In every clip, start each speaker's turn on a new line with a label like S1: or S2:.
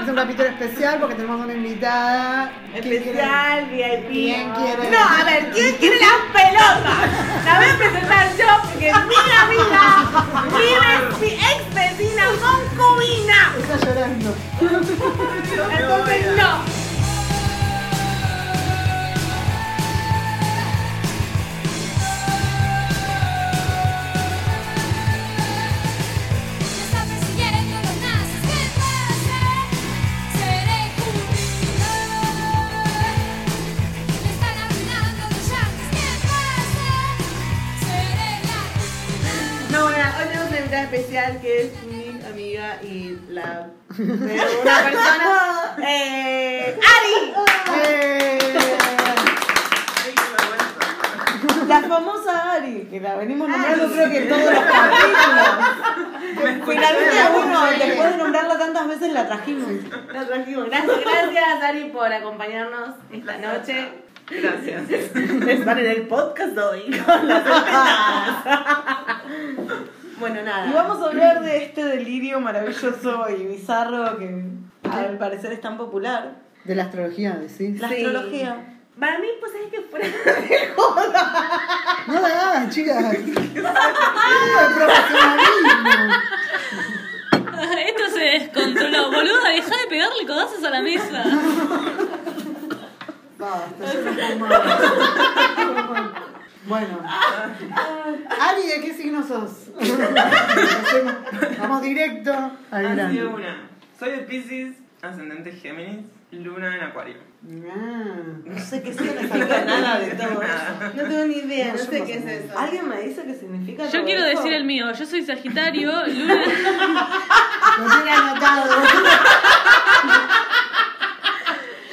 S1: Es un capítulo especial porque tenemos una invitada. que
S2: Especial, VIP.
S1: ¿Quién quiere?
S2: No, a ver, ¿quién quiere las pelotas? La voy a presentar yo porque mi amiga, mi veci- ex vecina concubina.
S1: quiere- Está llorando.
S2: Entonces no.
S3: Me está persiguiendo los nazis mientras seré cubierta. Me están arruinando los yankees mientras seré la
S2: No, bueno, hoy tenemos una invitada especial que es mi amiga y la de una persona. Eh, ¡Ari!
S1: ¡Eh!
S2: La famosa Ari, que la venimos nombrando creo que en todos los capítulos. Finalmente, bueno, después de nombrarla tantas veces la trajimos. La trajimos. Gracias, gracias Ari por acompañarnos esta noche.
S4: Gracias.
S2: Estar en el podcast hoy con las invitadas. Bueno, nada.
S5: Y vamos a hablar de este delirio maravilloso y bizarro que al parecer es tan popular.
S1: De la astrología, decís.
S5: La
S2: Sí.
S5: astrología.
S2: Para mí, pues es que fuera.
S1: No la hagan, chicas. ¡Ay, profesionalismo!
S6: Esto se descontroló, boluda, deja de pegarle codazos a la mesa.
S1: Basta, yo no puedo más. Bueno. Ari, ¿de qué signo sos? Hacemos- Vamos directo al
S4: Así
S1: grano.
S4: una. Soy de Pisces, ascendente Géminis, luna en Acuario.
S1: Ah.
S5: No sé qué significa
S2: Ah,
S5: nada de todo eso.
S2: No tengo ni idea, no
S1: yo
S2: sé
S1: no
S2: qué es
S1: sé.
S2: eso.
S5: ¿Alguien me dice qué significa todo
S6: Yo quiero
S5: eso?
S6: decir el mío, yo soy Sagitario, Luna.
S1: Lo tiene anotado.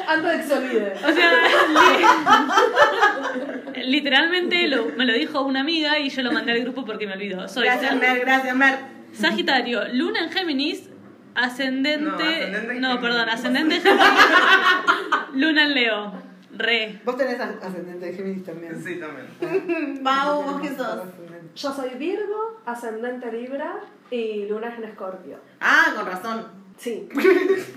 S5: Antes de que se olvide.
S6: O sea, li- literalmente lo- me lo dijo una amiga y yo lo mandé al grupo porque me olvidó. Soy
S2: Gracias,
S6: Sa-
S2: Mer, gracias, Mer.
S6: Sagitario, Luna en Géminis, ascendente.
S4: No, ascendente en
S6: no,
S4: Géminis.
S6: perdón, ascendente en Géminis. Luna en Leo. Re.
S1: Vos tenés as- ascendente de Géminis también.
S4: Sí, también.
S2: Mau, ¿vos qué sos?
S7: Yo soy Virgo, ascendente Libra y lunas en Escorpio.
S2: Ah, con razón.
S7: Sí,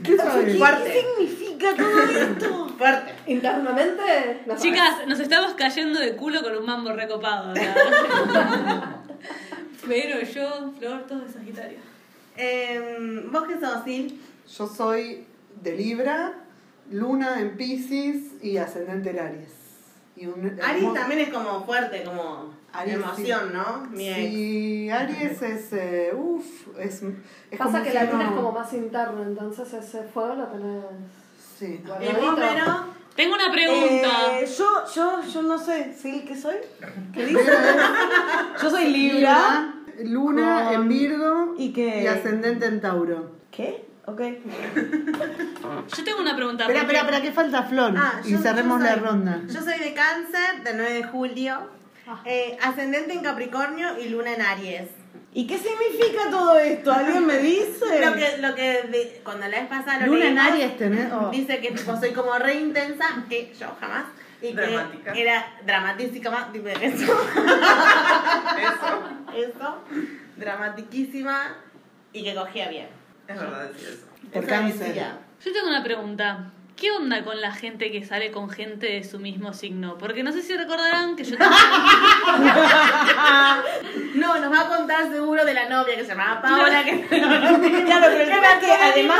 S1: ¿Qué sabes?
S2: Fuerte.
S5: significa todo esto?
S2: Fuerte.
S7: internamente. no sabes.
S6: Chicas, nos estamos cayendo de culo con un mambo recopado. acá. Pero yo, Flor, todo de Sagitario.
S2: Em, ¿Vos qué sos, Sil?
S1: Yo soy de Libra, Luna en Pisces y ascendente en Aries. Y un
S2: Ari
S1: hermoso-
S2: también es como fuerte, como
S1: Aries,
S2: emoción,
S1: sí.
S2: ¿no? Mi ex.
S1: Sí, Aries es. Eh, uf, es, es
S7: Pasa
S1: como
S7: que
S1: si
S7: la luna
S1: no-
S7: es como más interna, entonces ese fuego lo tenés.
S1: Sí.
S2: ¿Y vos, Vero?
S6: Tengo una pregunta.
S5: Eh, yo, yo, yo no sé. ¿Sí? ¿Qué soy? ¿Qué dice?
S1: Libra,
S5: Yo soy Libra.
S1: Luna
S5: Con-
S1: en Virgo
S5: ¿Y qué?
S1: y ascendente en Tauro.
S5: ¿Qué? Ok.
S6: Yo tengo una pregunta.
S1: Espera,
S6: porque-
S1: espera, espera, que falta Flor.
S2: Ah,
S1: y
S2: yo-
S1: cerremos
S2: yo
S1: la
S2: soy-
S1: ronda.
S2: Yo soy de cáncer, del 9 de julio, eh, ascendente en Capricornio y luna en Aries.
S5: ¿Y qué significa todo esto? ¿Alguien me dice?
S2: Lo que, lo que de- cuando la vez pasada lo
S1: Luna en
S2: leímos,
S1: Aries tenés. oh.
S2: dice que tipo, soy como re intensa, que yo jamás. Y
S4: Dramática.
S2: que era dramatísima, más- dime eso,
S4: Eso.
S2: eso, dramatiquísima y que cogía bien.
S4: Es verdad decir eso.
S1: Por
S2: Eso
S1: cáncer.
S2: decía.
S6: Yo tengo una pregunta. ¿Qué onda con la gente que sale con gente de su mismo signo? Porque no sé si recordarán que yo tengo...
S2: No, nos va a contar seguro de la novia que se llamaba Paola, que
S5: Claro, pero el
S2: Que
S5: tema es que
S2: nacían el
S5: además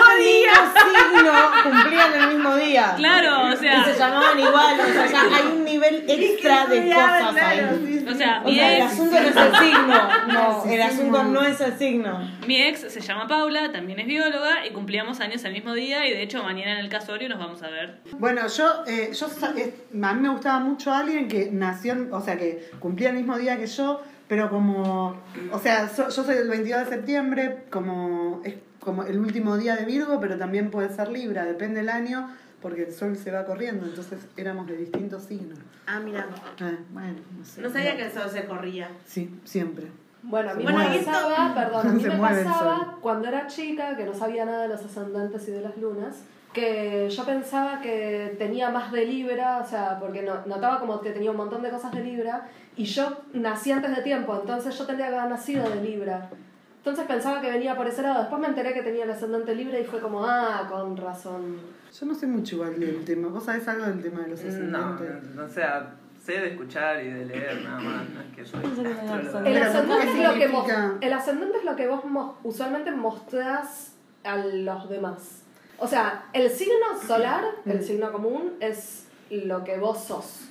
S2: mismo
S5: del mismo signo cumplían el mismo día.
S6: Claro, o
S5: Y se
S6: sea...
S5: llamaban igual, o sea, ya hay un nivel extra de
S2: estudiaban,
S5: cosas
S2: claro,
S5: ahí.
S2: sí, sí.
S6: O sea,
S5: O
S6: mi
S5: sea, el
S6: ex,
S5: asunto no es el signo, no,
S1: Sí,
S5: el
S1: sí,
S5: asunto
S1: no.
S5: no es el signo.
S6: mi ex se llama Paula, también es bióloga y cumplíamos años el mismo día y de hecho mañana en el casorio nos vamos a ver.
S1: Bueno, yo, eh, yo sa- es- a mí me gustaba mucho alguien que nació, en- o sea, que cumplía el mismo día que yo, pero como, o sea, so- yo soy del 22 de septiembre, como es como el último día de Virgo, pero también puede ser Libra, depende del año, porque el sol se va corriendo, entonces éramos de distintos signos.
S2: Ah, mira,
S1: Ah, bueno, no sé.
S2: no sabía que el sol se corría.
S1: Sí, siempre.
S7: Bueno, a mí
S1: Bueno,
S7: me
S1: y
S2: esto-
S7: pasaba, perdón, a mí
S1: Se
S7: me
S1: mueve el sol.
S7: pasaba cuando era chica, que no sabía nada de los ascendentes y de las lunas, que yo pensaba que tenía más de Libra, o sea, porque no- notaba como que tenía un montón de cosas de Libra, y yo nací antes de tiempo, entonces yo tendría que haber nacido de Libra. Entonces pensaba que venía por ese lado. Después me enteré que tenía el ascendente libre y fue como, ah, con razón.
S1: Yo no sé mucho igual del tema. ¿Vos sabés algo del tema de los
S4: No,
S1: ascendentes?
S4: no, o sea, sé de escuchar y de leer nada más, no es que soy
S2: sé qué es
S4: astróloga.
S7: El
S1: Pero,
S7: ascendente,
S1: ¿qué
S7: es lo que vos,
S1: significa?
S7: el ascendente es lo que vos mos- usualmente mostrás a los demás. O sea, el signo solar,
S1: Mm.
S7: el signo común, es lo que vos sos.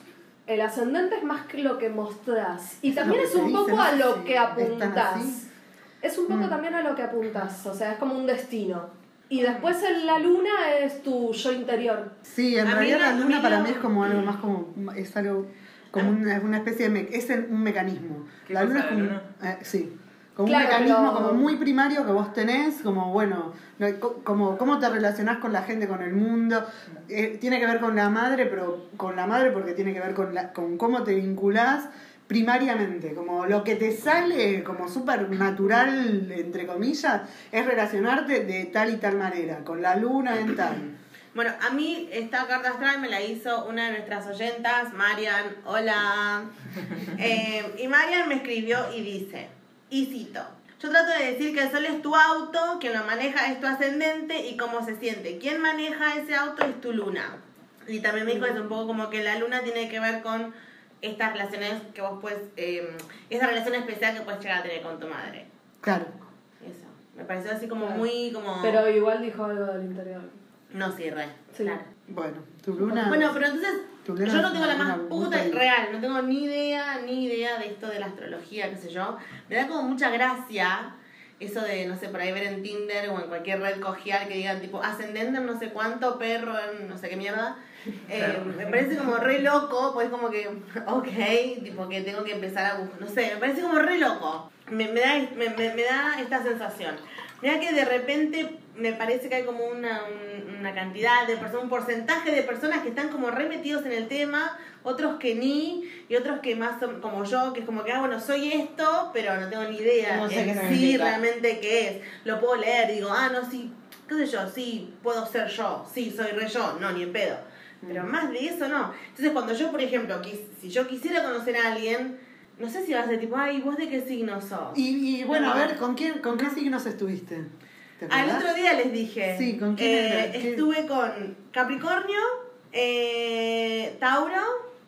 S7: El ascendente es más que lo que mostrás. Y
S1: Es lo
S7: también
S1: que
S7: es
S1: se
S7: un
S1: dice,
S7: poco
S1: no
S7: a
S1: sé
S7: lo
S1: si
S7: que
S1: están
S7: apuntás.
S1: así.
S7: Es un poco
S1: Mm.
S7: también a lo que apuntás. O sea, es como un destino. Y después en la luna es tu yo interior.
S1: Sí, en
S2: A mí
S1: realidad
S2: no-
S1: la
S2: a mí
S1: luna para
S2: no-
S1: mí es como algo más como. Es algo. Como una, una especie de. me- es el- un mecanismo.
S4: ¿Qué
S1: La luna es
S4: cosa,
S1: como.
S4: la luna?
S1: eh, sí. Como
S7: Claro,
S1: un mecanismo
S7: pero-
S1: como muy primario que vos tenés, como bueno, no, co- como cómo te relacionás con la gente, con el mundo. Eh, tiene que ver con la madre, pero con la madre porque tiene que ver con, la, con cómo te vinculás primariamente. Como lo que te sale como súper natural, entre comillas, es relacionarte de tal y tal manera, con la luna en tal.
S2: Bueno, a mí esta carta astral me la hizo una de nuestras oyentas, Marian. Hola. Eh, y Marian me escribió y dice, y cito, yo trato de decir que el sol es tu auto, quien lo maneja es tu ascendente y cómo se siente. Quien maneja ese auto es tu luna. Y también me dijo eso un poco como que la luna tiene que ver con estas relaciones que vos puedes, eh, esa relación especial que puedes llegar a tener con tu madre.
S1: Claro.
S2: Eso. Me pareció así como
S7: Claro.
S2: muy como...
S7: Ah. Pero igual dijo algo del interior.
S2: No sirve.
S7: Sí.
S1: Bueno, tu luna.
S2: Bueno, pero entonces
S1: Tu luna
S2: yo no
S1: es
S2: tengo la
S1: una
S2: más
S1: luna muy
S2: puta
S1: feliz.
S2: real, no tengo ni idea, ni idea de esto de la astrología, qué sé yo. Me da como mucha gracia eso de, no sé, por ahí ver en Tinder o en cualquier red cogial que digan tipo ascendente en no sé cuánto, perro en no sé qué mierda. Eh, me parece como re loco, pues como que, ok, tipo que tengo que empezar a buscar, no sé, me parece como re loco. Me, me da, me, me- me da esta sensación. Mira que de repente me parece que hay como una, un- una cantidad de personas, un porcentaje de personas que están como re metidos en el tema, otros que ni, y otros que más son como yo, que es como que, ah, bueno, soy esto, pero no tengo ni idea
S5: No sé
S2: en
S5: qué
S2: sí
S5: significa.
S2: realmente qué es. Lo puedo leer, digo, ah, no, sí, qué sé yo, sí, puedo ser yo, sí, soy re yo, no, ni en pedo. Pero
S1: Mm.
S2: más de eso no. Entonces cuando yo, por ejemplo, quis- si yo quisiera conocer a alguien, no sé si va a ser tipo, ay, ¿vos de qué signo sos?
S1: Y, y bueno, a ver, ¿con, quién, ¿con qué signos estuviste? ¿Te
S2: Al
S1: acordás?
S2: otro día les dije.
S1: Sí, ¿con quién
S2: eh,
S1: era? ¿Qué?
S2: Estuve con Capricornio, eh, Tauro,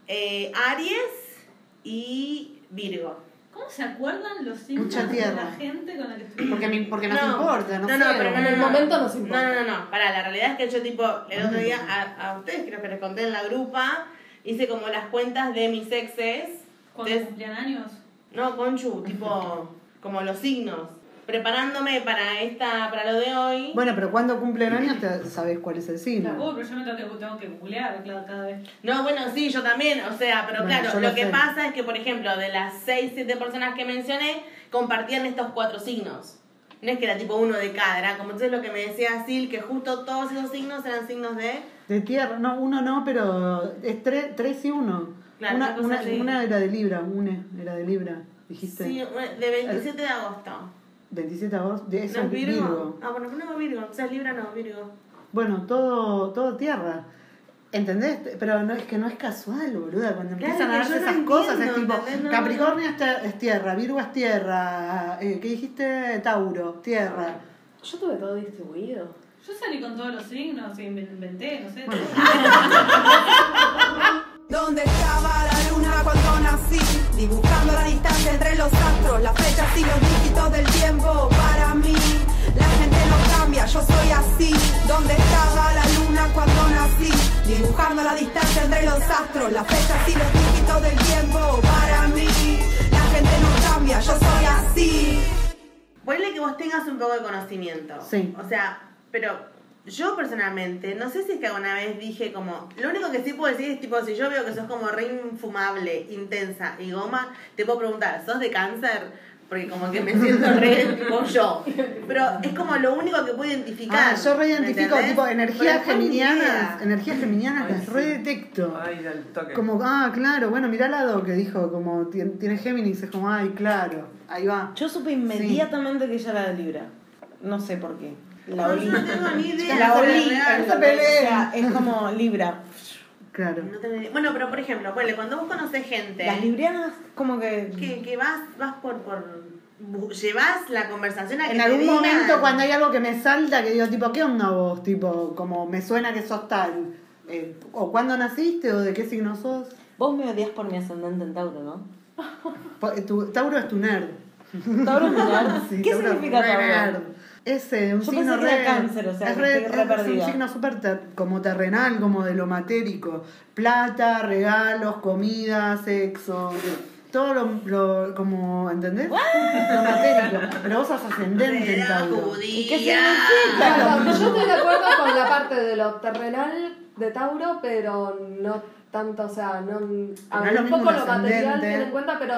S2: eh, Aries y Virgo.
S6: ¿Cómo se acuerdan los signos
S1: Mucha
S6: de la
S1: tierra.
S6: gente con la que estuvimos?
S1: Porque, me- porque nos
S2: No.
S1: importa, no,
S2: No,
S1: sé.
S2: no, pero no,
S7: En el
S2: no.
S7: momento nos
S2: No,
S7: importa.
S2: no, no, no. Pará, la realidad es que yo, tipo, el otro día,
S1: Mm.
S2: a, a ustedes creo que les conté en la grupa, hice como las cuentas de mis exes.
S6: Cuando cumplían años.
S2: No, Conchu, tipo, como los signos. Preparándome para esta, para lo de hoy.
S1: Bueno, pero cuando cumplen años te sabes cuál es el signo.
S6: Oh, pero yo me tengo que, tengo que googlear claro, cada vez.
S2: No, bueno, sí, yo también, o sea, pero
S1: Bueno,
S2: claro,
S1: yo
S2: lo
S1: lo
S2: que
S1: sé.
S2: pasa es que, por ejemplo, de las 6, 7 personas que mencioné, compartían estos cuatro signos. No es que era tipo uno de cada, era como entonces lo que me decía Sil, que justo todos esos signos eran signos de...
S1: De tierra, no, uno no, pero es tres, tres y uno.
S2: Claro,
S1: una,
S2: una cosa
S1: una,
S2: así.
S1: una era de Libra, una era de Libra, dijiste.
S2: Sí, eh, de 27 de agosto.
S1: 27 de agosto, de eso
S2: ¿No
S1: es
S2: es Virgo?
S1: Virgo.
S2: Ah, bueno, no Virgo, o sea, Libra no, Virgo.
S1: Bueno, todo, todo tierra. ¿Entendés? Pero no es que no es casual, boluda. Cuando
S2: Claro,
S1: empiezan a
S2: que
S1: darse
S2: yo
S1: esas
S2: no
S1: cosas, es
S2: entiendo,
S1: tipo,
S2: ¿entendés? No,
S1: Capricornio es te- es tierra, Virgo es tierra, eh, ¿qué dijiste? Tauro, tierra.
S7: Yo tuve todo distribuido.
S6: Yo salí con todos los signos y me inventé, no sé.
S8: ¿Dónde estaba la luna cuando nací? Dibujando la distancia entre los astros, las fechas y los dígitos del tiempo para mí. La gente no cambia, yo soy así. ¿Dónde estaba la luna cuando nací? Dibujando la distancia entre los astros, las fechas y los dígitos del tiempo para mí. La gente no cambia, yo soy así.
S2: Ponle que vos tengas un poco de conocimiento.
S1: Sí.
S2: O sea, pero yo personalmente, no sé si es que alguna vez dije como, lo único que sí puedo decir es tipo, si yo veo que sos como re infumable, intensa y goma, te puedo preguntar, ¿sos de cáncer? Porque como que me siento re tipo yo. Pero es como lo único que puedo identificar.
S1: Ah, yo reidentifico,
S2: ¿entendés?
S1: tipo,
S2: Pero
S1: energías
S2: después ni idea.
S1: geminianas, energías geminianas
S4: Ay,
S1: las
S4: sí.
S1: redetecto.
S4: Ay, al toque.
S1: Como, ah, claro, bueno, mirá la Do que dijo, como tien- tiene Géminis, es como, ay, claro, ahí va.
S5: Yo supe inmediatamente que ella era de Libra. No sé por qué. La
S2: No,
S5: olí.
S2: yo no tengo ni idea.
S5: La
S2: o sea,
S5: olí.
S2: real.
S1: esa pelea.
S5: O sea, es como Libra.
S1: Claro.
S2: No tengo ni idea. Bueno, pero por ejemplo, ponle, cuando vos conocés gente...
S5: Las librianas como que...
S2: que, que vas, vas por, por, bu- llevas la conversación a que
S1: En
S2: te
S1: algún
S2: digan-
S1: momento cuando hay algo que me salta, que digo, tipo, ¿qué onda vos? Tipo, como me suena que sos tal. eh, o cuándo naciste, o de qué signo sos.
S5: Vos me odias por mi ascendente en Tauro, ¿no?
S1: Po- eh, tu- Tauro es tu nerd.
S5: Tauro es nerd.
S1: Sí,
S5: ¿Qué
S1: Tauro es
S5: significa
S1: re
S5: Tauro?
S1: nerd. Es eh, un
S5: Yo
S1: signo
S5: pensé que
S1: re-
S5: era cáncer, o sea,
S1: es,
S5: que
S1: re-
S5: estoy re
S1: es un
S5: perdida.
S1: signo súper ter- como terrenal, como de lo matérico. Plata, regalos, comida, sexo. Todo lo, lo- como, ¿entendés? Lo matérico. Pero vos sos ascendente en
S2: Era
S1: Tauro.
S2: judía.
S5: qué significa?
S7: Claro, yo estoy de acuerdo con la parte de lo terrenal de Tauro, pero no tanto, o sea, no. A
S1: No
S7: ver,
S1: es lo
S7: un
S1: mismo
S7: poco
S1: un
S7: lo material
S1: ascendente.
S7: tiene en cuenta, pero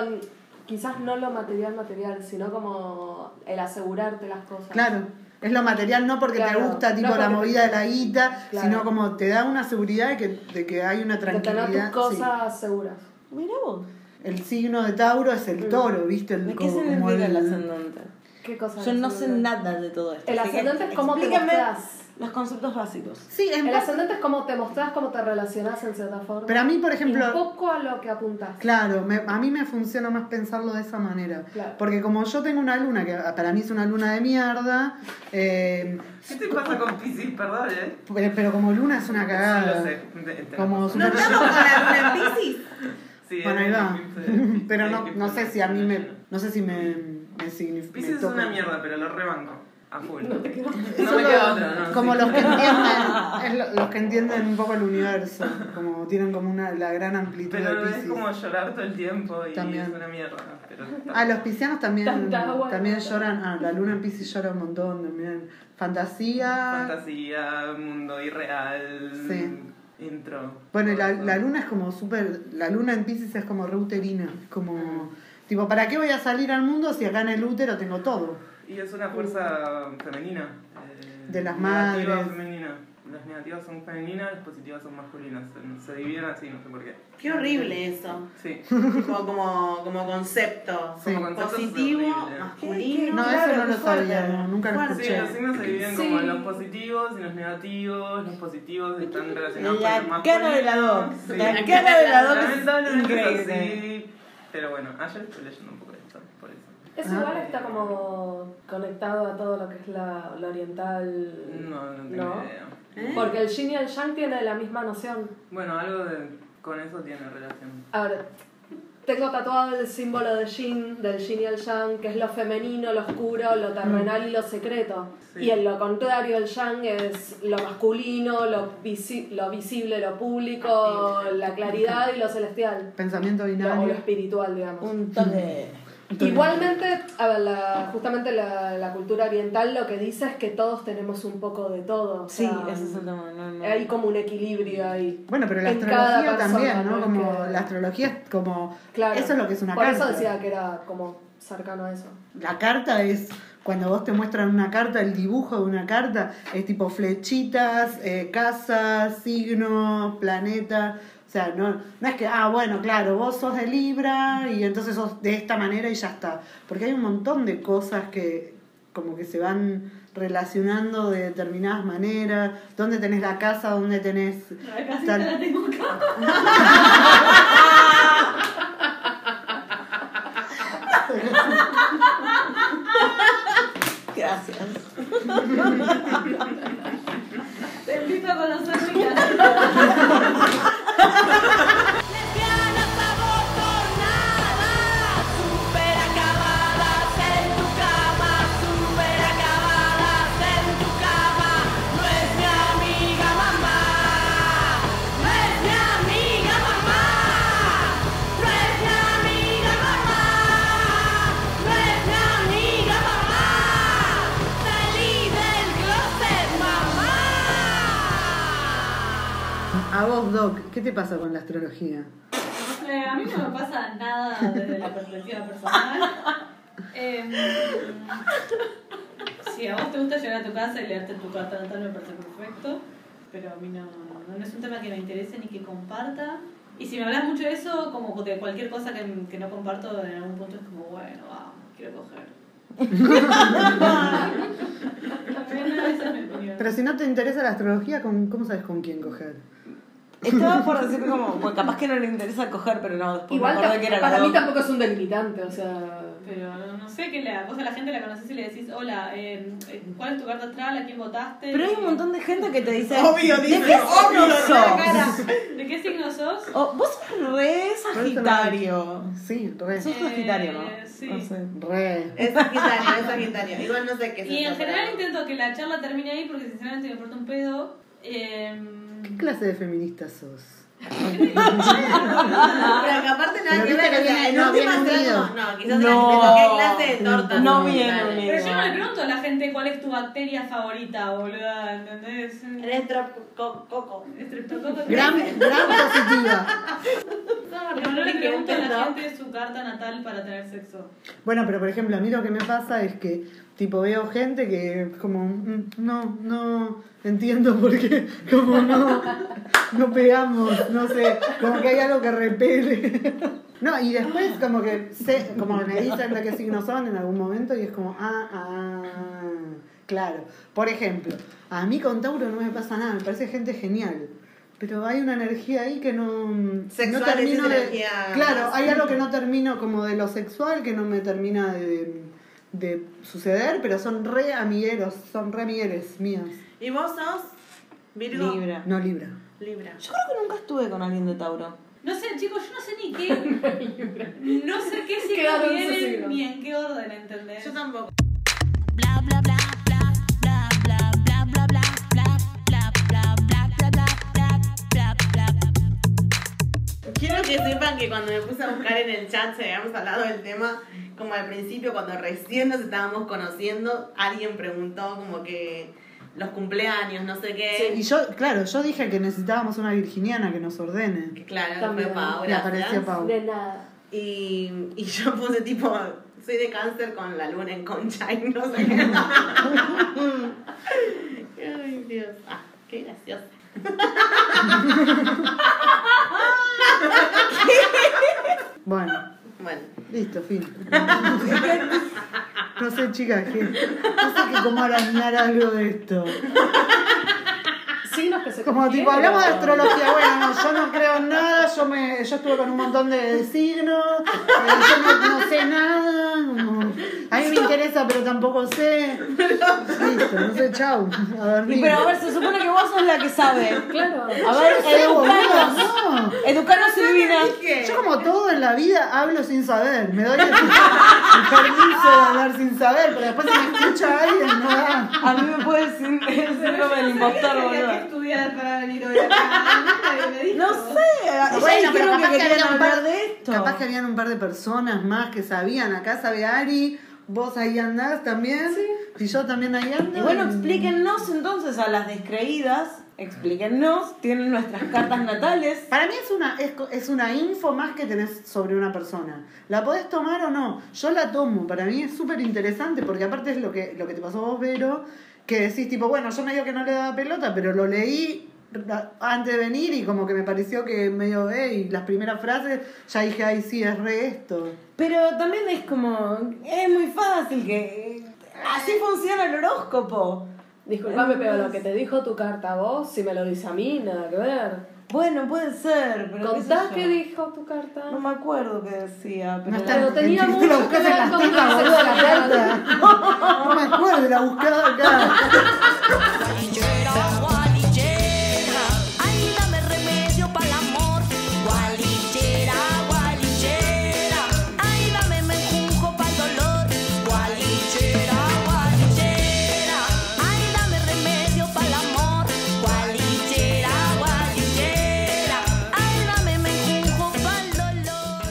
S7: quizás no lo material, material, sino como el asegurarte las cosas.
S1: Claro, es lo material, no porque te
S7: Claro,
S1: gusta tipo
S7: no
S1: la
S7: porque-
S1: movida de la guita,
S7: Claro.
S1: sino como te da una seguridad de que, de que hay una
S7: De tener tus
S1: tranquilidad.
S7: cosas seguras.
S5: Mirá vos.
S1: sí. El signo de Tauro es
S7: Mm.
S1: el toro, ¿viste? El,
S5: ¿De qué
S1: como- como
S5: significa el
S1: el-
S5: ascendente?
S7: ¿Qué cosas?
S5: Yo no sé
S7: ascendente?
S5: nada de todo esto.
S7: El
S5: así que
S7: ascendente es cómo te
S5: explícame
S7: mostrás.
S5: los conceptos básicos.
S1: Sí, en
S7: El
S1: base-
S7: ascendente es cómo te mostrás, cómo te relacionás en cierta forma.
S1: pero a mí, por
S7: Y un
S1: ejemplo,
S7: poco a lo que apuntás.
S1: claro, me- a mí me funciona más pensarlo de esa manera.
S7: Claro.
S1: Porque como yo tengo una luna, que ah, para mí es una luna de mierda, eh,
S4: ¿Qué te pasa con Pisces? Perdón, ¿eh?
S1: pero, pero como luna es una
S4: Sí,
S1: cagada.
S4: lo sé. Te- tenés
S1: Como
S4: razón.
S2: No estamos con la luna en Piscis.
S4: Sí,
S1: Bueno,
S4: es
S1: ahí va.
S4: un eclipse de-
S1: Pero
S4: sí,
S1: no,
S4: eclipse
S1: no
S4: de
S1: sé
S4: la
S1: si a mí
S4: luna
S1: me,
S4: llena.
S1: no sé si me, me significa.
S4: Pisces es una mierda, pero lo rebanco. A full. No, me
S1: Solo
S4: queda otra, ¿no?
S1: Como
S4: sí.
S1: los que entienden, es lo- los que entienden un poco el universo, como tienen como una, la gran amplitud
S4: Pero
S1: de
S4: lo ves
S1: Pisces.
S4: como llorar todo el tiempo y
S1: También.
S4: es una mierda. Pero está-
S1: Ah, los piscianos también,
S7: Tanta agua.
S1: también lloran, ah, la luna en Pisces llora un montón también. Fantasía.
S4: Fantasía, mundo irreal.
S1: Ah. Sí.
S4: Intro.
S1: Bueno, y la,
S4: todo.
S1: la luna es como súper, la luna en Pisces es como reuterina, es como, tipo, ¿para qué voy a salir al mundo si acá en el útero tengo todo?
S4: Y es una fuerza femenina. eh,
S1: De las
S4: negativa
S1: madres.
S4: femenina. Las negativas son femeninas, las positivas son masculinas. Se- Se dividen así, no sé por qué.
S2: Qué horrible eso.
S4: Sí.
S2: Tipo, como, como concepto.
S1: Sí.
S4: Como concepto es
S2: Positivo,
S4: horrible.
S2: masculino.
S1: No,
S5: Claro,
S1: eso no
S5: qué
S1: lo sabía,
S5: fuerte.
S1: no, nunca lo
S4: Sí,
S1: escuché.
S4: los signos se dividen como
S7: Sí.
S4: en los positivos y los negativos. Los positivos están relacionados con los
S5: La cara de la doc.
S4: masculinos.
S5: La cara de la doc es
S4: Lamentablemente es
S5: increíble.
S4: así. Pero bueno, ayer estuve leyendo un poco de esto, por eso.
S7: Eso igual está como conectado a todo lo que es la, la oriental.
S4: No, no tengo idea.
S7: Porque el yin y el yang tiene la misma noción.
S4: Bueno, algo de, con eso tiene relación.
S7: A ver, tengo tatuado el símbolo de yin, del yin y el yang, que es lo femenino, lo oscuro, lo terrenal y lo secreto.
S4: Sí.
S7: Y en lo contrario, el yang es lo masculino, lo, visi- lo visible, lo público, la claridad y lo celestial.
S1: Pensamiento
S7: Lo- o lo
S1: binario.
S7: espiritual, digamos.
S5: Un toque.
S7: Igualmente, a ver, la- justamente la, la cultura oriental lo que dice es que todos tenemos un poco de todo. o
S5: Sí,
S7: sea,
S5: ese es el tema. No, no.
S7: Hay como un equilibrio ahí.
S1: Bueno, pero la
S7: en
S1: astrología
S7: cada persona,
S1: también, ¿no?
S7: ¿no?
S1: Como
S7: Que-
S1: la astrología es como
S7: Claro.
S1: eso es lo que es una
S7: Por
S1: carta.
S7: eso decía que era como cercano a eso.
S1: La carta es cuando vos te muestran una carta, el dibujo de una carta es tipo flechitas, eh, casas, signos, planeta. O sea, no, no es que, ah, bueno, claro, vos sos de Libra y entonces sos de esta manera y ya está. Porque hay un montón de cosas que como que se van relacionando de determinadas maneras. ¿Dónde tenés la casa? ¿Dónde tenés...?
S6: La casita
S1: tal-
S6: la tengo acá.
S5: Gracias.
S6: Te invito a conocer mi casita.
S3: Lesbiana, favor, tornada, super acabadas en tu cama, super acabadas en tu cama. No es mi amiga mamá, no es mi amiga mamá, no es mi amiga mamá, no es mi amiga mamá. Salí del closet, mamá.
S1: A vos, Doc, ¿qué te pasa con la astrología?
S6: Eh, a mí no me pasa nada desde la perspectiva personal. Em, si a vos te gusta llegar a tu casa y leerte tu carta natal me parece perfecto, pero a mí no, no, no es un tema que me interese ni que comparta. Y si me hablas mucho de eso, como de cualquier cosa que, que no comparto, en algún punto es como, bueno, vamos, quiero coger. También esa es mi opinión.
S1: Pero si no te interesa la astrología, ¿con- ¿cómo sabes con quién coger?
S5: Estaba por decir como, bueno, capaz que no le interesa coger, pero no, después me
S7: Igual
S5: acordé
S7: tam-
S5: que era la
S7: para mí
S5: doc.
S7: tampoco es un delimitante, o sea,
S6: Pero no, no sé qué le da. Vos a la gente la conoces y le decís, hola, eh, eh, ¿cuál es tu carta astral? ¿A quién votaste?
S5: Pero hay un montón de gente que te dice.
S4: Obvio,
S5: ¿de
S4: dice,
S5: qué
S4: obvio,
S5: signo
S4: lo
S5: sos?
S6: ¿De qué signo sos?
S5: O- vos sos re sagitario.
S1: Sí, re.
S5: Sos sagitario, ¿no?
S6: Eh, sí.
S5: No sé.
S1: Re.
S2: Es sagitario, es sagitario. Igual no sé qué es
S6: Y en
S2: eso,
S6: general
S2: pero-
S6: intento que la charla termine ahí porque sinceramente me importa un pedo.
S5: Eh,
S6: Em,
S1: ¿Qué clase de feminista sos?
S2: Pero que aparte nada
S1: Pero
S2: que
S1: viste
S2: ver,
S1: que
S2: o sea,
S1: viene-
S2: en
S1: no
S2: últimas
S1: viene
S2: será
S1: unido.
S2: como- No, quizás
S5: No.
S2: era tipo, ¿qué clase de torta?
S5: No
S2: son?
S5: viene
S2: Dale.
S5: unido.
S6: Pero yo no le pregunto a la gente cuál es tu bacteria favorita, boluda, ¿entendés?
S2: Electrococo.
S6: Streptococcus.
S1: Gran, gran positiva.
S6: Pero no le pregunto a la gente su carta natal para tener sexo.
S1: Bueno, pero por ejemplo, a mí lo que me pasa es que, tipo, veo gente que es como, mm, no, no entiendo por qué, como no, no pegamos, no sé, como que hay algo que repele. No, y después como que sé, como me dicen de qué signo son en algún momento y es como, ah, ah, claro. Por ejemplo, a mí con Tauro no me pasa nada, me parece gente genial. Pero hay una energía ahí que no...
S2: Sexual,
S1: no
S2: es
S1: termino de-
S2: energía
S1: Claro,
S2: Ah,
S1: hay algo que no termino como de lo sexual, que no me termina de, de suceder, pero son re amigueros, son re amigueres mías.
S2: ¿Y vos sos? Virgo.
S5: Libra.
S1: No Libra.
S2: Libra.
S5: Yo creo que nunca estuve con alguien de Tauro.
S6: No sé, chicos, yo no sé ni qué. No sé qué signo
S7: orden sus
S6: vienen
S7: signos?
S6: ni en qué orden, ¿entendés?
S2: Yo tampoco. Quiero que sepan que cuando me puse a buscar en el chat si habíamos hablado del tema, como al principio, cuando recién nos estábamos conociendo, alguien preguntó como que los cumpleaños, no sé qué.
S1: Y yo, claro, yo dije que necesitábamos una virginiana que nos ordene.
S2: Que claro,
S7: También.
S2: fue Pau,
S1: Le apareció
S2: gracias.
S1: Pau.
S7: De nada.
S2: Y, y yo puse tipo, soy de cáncer con la luna en concha y no sé qué. Ay, Dios. Ah, qué gracioso.
S1: Bueno,
S2: Bueno,
S1: listo, fin. No sé, chicas, que, no sé que cómo arañar algo de esto.
S7: Signos que se
S1: Como tipo,
S7: cumplieron.
S1: hablamos de astrología, bueno, no, yo no creo en nada, yo me, yo estuve con un montón de signos, eh, yo no, no sé nada, como, a mí me interesa pero tampoco sé. Listo, no sé, chau, a dormir.
S5: Y pero a ver, se supone que vos sos la que sabe.
S7: Claro.
S5: A ver,
S1: No sé,
S5: educanos.
S1: boluda, no.
S5: Educanos, Silvina.
S1: Yo como todo en la vida hablo sin saber, me doy el, el permiso de hablar sin saber, pero después si me escucha alguien, no da.
S5: A mí me puede decir el síndrome del impostor,
S6: Tenía que
S5: boludo.
S6: estudiar para venir hoy acá. Nadie me dijo.
S5: No sé, ella
S1: Bueno, pero
S5: dijeron que
S1: capaz que
S5: querían
S1: había un
S5: hablar
S1: par-
S5: de esto.
S1: Capaz que habían un par de personas más que sabían. Acá sabe Ari, vos ahí andás también. Y yo también ahí ando. Mm.
S5: Y bueno, explíquennos entonces a las descreídas, explíquennos, tienen nuestras cartas natales.
S1: Para mí es una, es, co- es una info más que tenés sobre una persona. ¿La podés tomar o no? Yo la tomo. Para mí es súper interesante porque aparte es lo que, lo que te pasó a vos, Vero, que decís tipo, bueno, yo medio que no le daba pelota, pero lo leí ra- antes de venir y como que me pareció que medio, hey, las primeras frases, ya dije, ay, sí, es re esto.
S5: Pero también es como, es muy fácil que... Así funciona el horóscopo.
S7: Disculpame, pero lo que te dijo tu carta a vos, si me lo dice a mí, nada que ver.
S5: Bueno, puede ser, pero... qué sé
S7: Contá
S5: yo.
S7: qué dijo tu carta.
S5: No me acuerdo qué decía, pero...
S1: No está-
S7: Pero tenía
S1: te
S7: mucho
S1: la buscás
S7: que ver
S1: en las
S7: con
S1: tetas,
S7: la
S1: boludo, la
S7: sexualidad.
S1: carta. No me acuerdo, la buscaba acá.
S9: Ay, dame remedio para el amor. Gualichera, gualichera. Ay, dame menjunjo para el dolor. Gualichera, gualichera. Ay, dame remedio para el amor. Gualichera, gualichera. Ay, dame menjunjo para el dolor.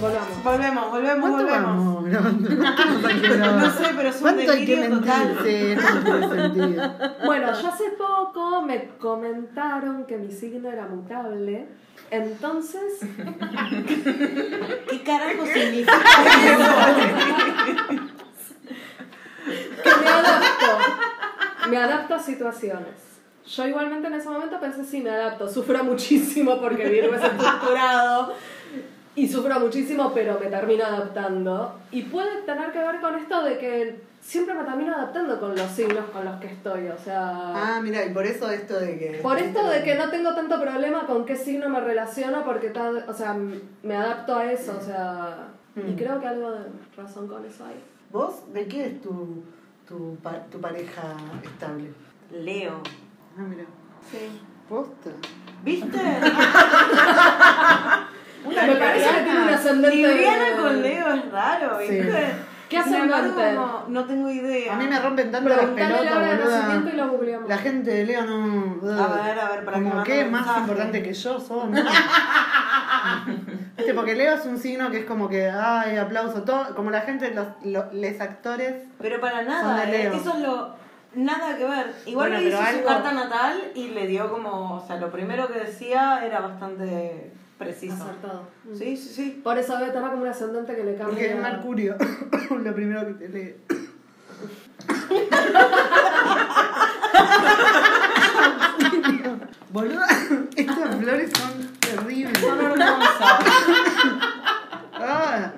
S7: Volvamos.
S5: Volvemos, volvemos,
S1: ¿Cuánto
S5: volvemos.
S1: vamos? grabando? ¿Cuánto hay que grabar?
S5: No sé, pero es un
S1: ¿Cuánto hay que
S5: delirio total.
S1: mentirse? Esto no tiene sentido.
S7: Bueno, yo hace poco me comentaron que mi signo era mutable. Entonces,
S5: ¿Qué carajo significa?
S7: que me adapto. Me adapto a situaciones. Yo igualmente en ese momento pensé, sí, me adapto. Sufro muchísimo porque Virgo es estructurado. Y sufro muchísimo, pero me termino adaptando. Y puede tener que ver con esto de que siempre me termino adaptando con los signos con los que estoy. O sea...
S1: Ah, mira, y por eso esto de que.
S7: Por esto de que no tengo tanto problema con qué signo me relaciono, porque tal, o sea, m- me adapto a eso, o sea, Y creo que algo de razón con eso hay.
S1: ¿Vos de qué es tu, tu, pa- tu pareja estable?
S5: Leo.
S1: Ah, mira.
S7: Sí.
S1: Posta.
S5: ¿Viste? Una
S7: Me parece que
S5: libriana.
S7: tiene un ascendente.
S5: Libriana con Leo es raro,
S1: Sí.
S5: ¿viste?
S7: ¿Qué
S5: Sin
S7: ascendente?
S5: embargo, No tengo idea.
S1: A mí me rompen tanto las
S7: Preguntale la hora de
S1: pelotas,
S7: nacimiento y
S1: boluda.
S7: lo googleamos.
S1: La gente de Leo no.
S5: A ver, a ver, para que
S1: Como
S5: mande
S1: que
S5: un
S1: más
S5: mensaje.
S1: importante que yo son. Viste, porque Leo es un signo que es como que, ay, aplauso, todo. Como la gente, los, lo- les actores.
S5: Pero para
S1: Son
S5: nada,
S1: de
S5: eh,
S1: Leo.
S5: eso es lo. Nada que ver. Igual
S1: Bueno,
S5: le hizo
S1: pero
S5: su
S1: algo-
S5: carta natal y le dio como. O sea, lo primero que decía era bastante preciso.
S7: Acertado.
S5: Sí, sí, sí.
S7: Por eso debe tener como un ascendente que le cambia.
S1: Porque es Mercurio. lo primero que te lee. Boluda, estas flores son terribles.
S5: Son hermosas.
S1: Ah.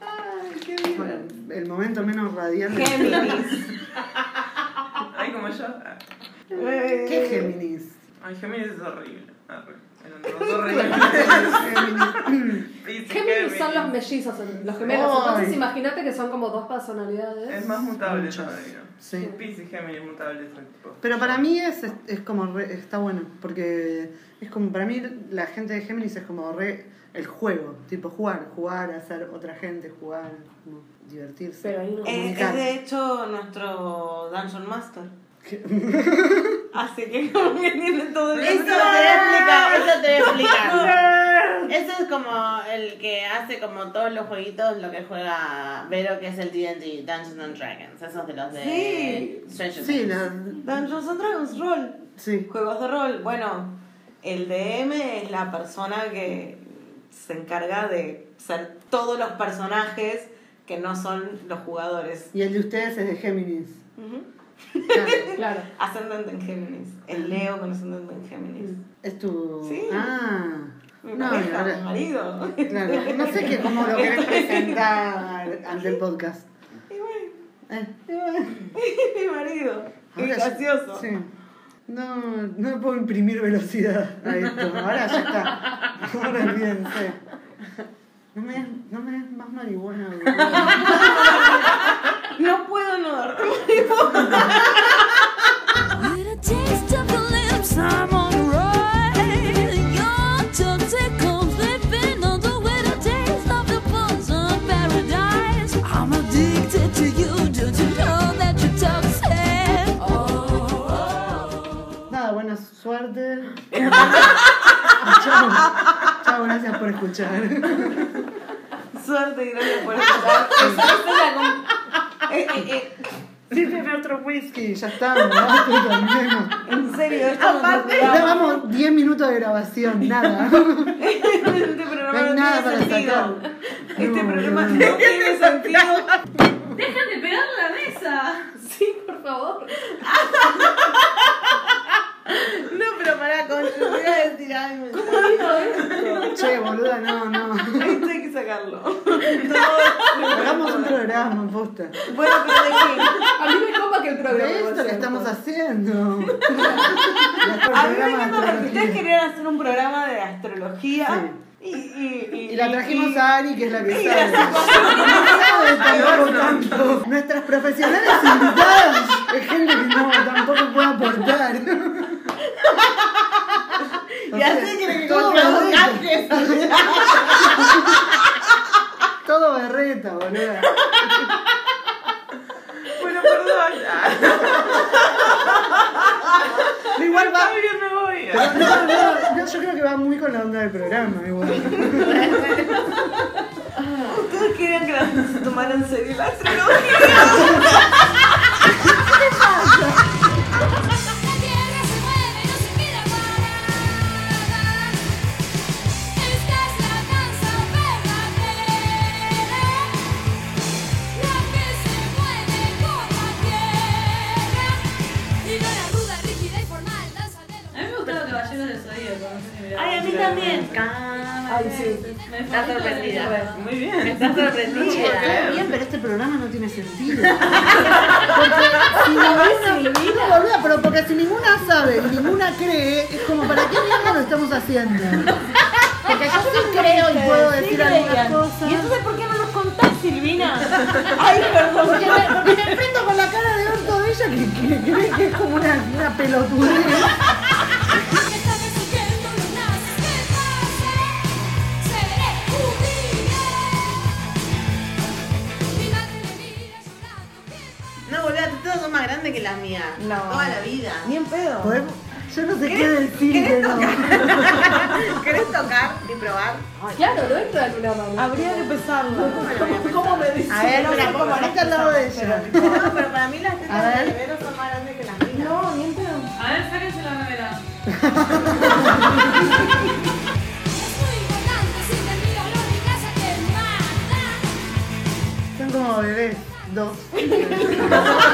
S1: Ay, qué bien. Bueno, el momento menos radiante.
S5: Géminis.
S4: Ay, como yo. Ah.
S1: ¿Qué Géminis?
S4: Ay, Géminis es horrible. Ah, Arre. Eran todos horribles.
S1: Géminis.
S4: Dice
S7: Géminis son los
S4: Géminis.
S7: mellizos, los gemelos.
S1: Ay.
S7: Entonces imagínate que son como dos personalidades.
S4: Es más mutable
S1: Muchos.
S4: todavía.
S1: Sí.
S4: Pisces, Géminis, mutable son tipo.
S1: Pero para mí es, es, es como re- está bueno, porque es como para mí la gente de Géminis es como re el juego, tipo jugar, jugar, hacer otra gente, jugar, como divertirse.
S7: Pero ahí no.
S5: Es, es de hecho nuestro Dungeon Master. Así que como que tiene todo el
S2: Eso te explica, eso te explica. Eso es como el que hace como todos los jueguitos, lo que juega Vero, que es el D&D, Dungeons and Dragons, esos de los de
S5: Sí.
S2: Stranger
S1: Sí,
S2: Things.
S1: la-
S5: Dungeons and Dragons Roll.
S1: sí.
S5: Juegos de rol. Bueno, el DM es la persona que se encarga de ser todos los personajes que no son los jugadores.
S1: Y el de ustedes es de Géminis.
S5: Ujú.
S1: Claro.
S7: Claro.
S5: Ascendente en Géminis. El Leo con ascendente en Géminis.
S1: Es tu.
S5: Sí.
S1: Ah.
S5: Mi
S1: No,
S5: pareja,
S1: ahora-
S5: mi marido.
S1: Claro, no sé qué, cómo lo querés presentar ante el podcast.
S5: Y bueno,
S1: Eh,
S5: mi marido. Qué
S1: ahora ya-
S5: gracioso.
S1: Sí. No, no puedo imprimir velocidad a esto. Ahora ya está. Ahora olvídense. No me des, no me des más marihuana. boludo.
S5: No puedo no darte
S3: With a taste of your lips, I'm alright. Your toxic comes living on the with a taste of the bosom paradise. I'm addicted to you. Don't you know that you're toxic? Oh.
S1: Nada, buena suerte. Chao. Chao, gracias por escuchar.
S5: suerte y gracias por estar.
S1: Sírveme otro whisky, ya está. Nosotros también.
S5: En serio, esto no nos
S1: Ya
S5: duraba.
S1: vamos 10 minutos de grabación, nada.
S5: Este programa
S1: No hay
S5: no
S1: nada
S5: tiene
S1: para
S5: sentido.
S1: sacar.
S5: Este
S1: No,
S5: programa
S1: no,
S5: no tiene sentido.
S6: ¡Dejen de pegar la mesa!
S7: Sí, por favor.
S2: No, pero pará, con yo voy a decir algo.
S1: Che, boluda, no, no.
S5: Esto hay que sacarlo.
S1: Hagamos un programa, posta.
S5: Bueno, pero de qué?
S7: A mí me copa que el programa.
S1: De esto que estamos haciendo.
S5: A mí me encanta porque ustedes querían hacer un programa de astrología. Y, y, y,
S1: Y la trajimos
S5: y-
S1: a Ari, que es la que
S5: y
S1: sabe.
S5: la
S1: No sabe tampoco tanto. Nuestras profesionales invitadas es gente que no, tampoco puede aportar.
S2: Y así que me
S1: todo
S2: encontramos
S1: berreta,
S2: antes.
S1: todo berreta, boluda.
S4: Bueno, perdón. Ah,
S1: Igual va,
S4: Está bien, me voy.
S1: Pero no, no, no, yo creo que va muy con la onda del programa, igual.
S5: Ustedes querían que la- se tomara en serio la astrología.
S3: La tierra se mueve, no se queda parada. Esta es la danza verdadera, la que se mueve por la tierra. Y no la duda rígida y formal, danza de los
S6: A mí me gustaba Caballeros del Zodíaco, no sé si miraba.
S2: Ay, a mí también. Ay, sí.
S6: Me
S2: Está
S6: fascina
S2: sorprendida.
S6: la-
S4: Muy bien.
S2: Estás sorprendida.
S1: Está bien, pero este programa no tiene sentido. Porque si ninguna, no, boluda, pero porque si ninguna sabe y ninguna cree, es como, ¿para qué mierda lo estamos haciendo? Porque yo sé que
S2: creo y puedo decir algunas
S10: creían.
S2: cosas.
S10: ¿Y entonces por qué no nos contás, Silvina?
S2: Ay, perdón.
S1: Porque me, porque me enfrento con la cara de orto de ella que, que, que cree que es como una, una pelotudez.
S3: Déjame siguiendo lunas que pase, seré judía. Y nadie me mira llorando que
S2: No, boludo, tus tetas son más grandes que las mías.
S5: No.
S2: Toda la vida.
S5: Ni en pedo.
S1: Podemos- Yo no sé qué decir, pero.
S2: ¿Querés tocar y probar?
S7: Claro, no entra del programa. ¿no?
S5: Habría que pesarlo.
S2: ¿Cómo me
S1: A ver, pero
S2: ¿cómo?
S1: como no está al lado de ella.
S2: No, pero para mí las
S1: A
S2: tetas
S1: ver.
S2: de Rivero son más grandes que las mías.
S5: No, ni en pedo.
S6: A ver, sáquense la nevera.
S3: es muy volante si te miro lo digas a que mata.
S1: Son como bebés, dos.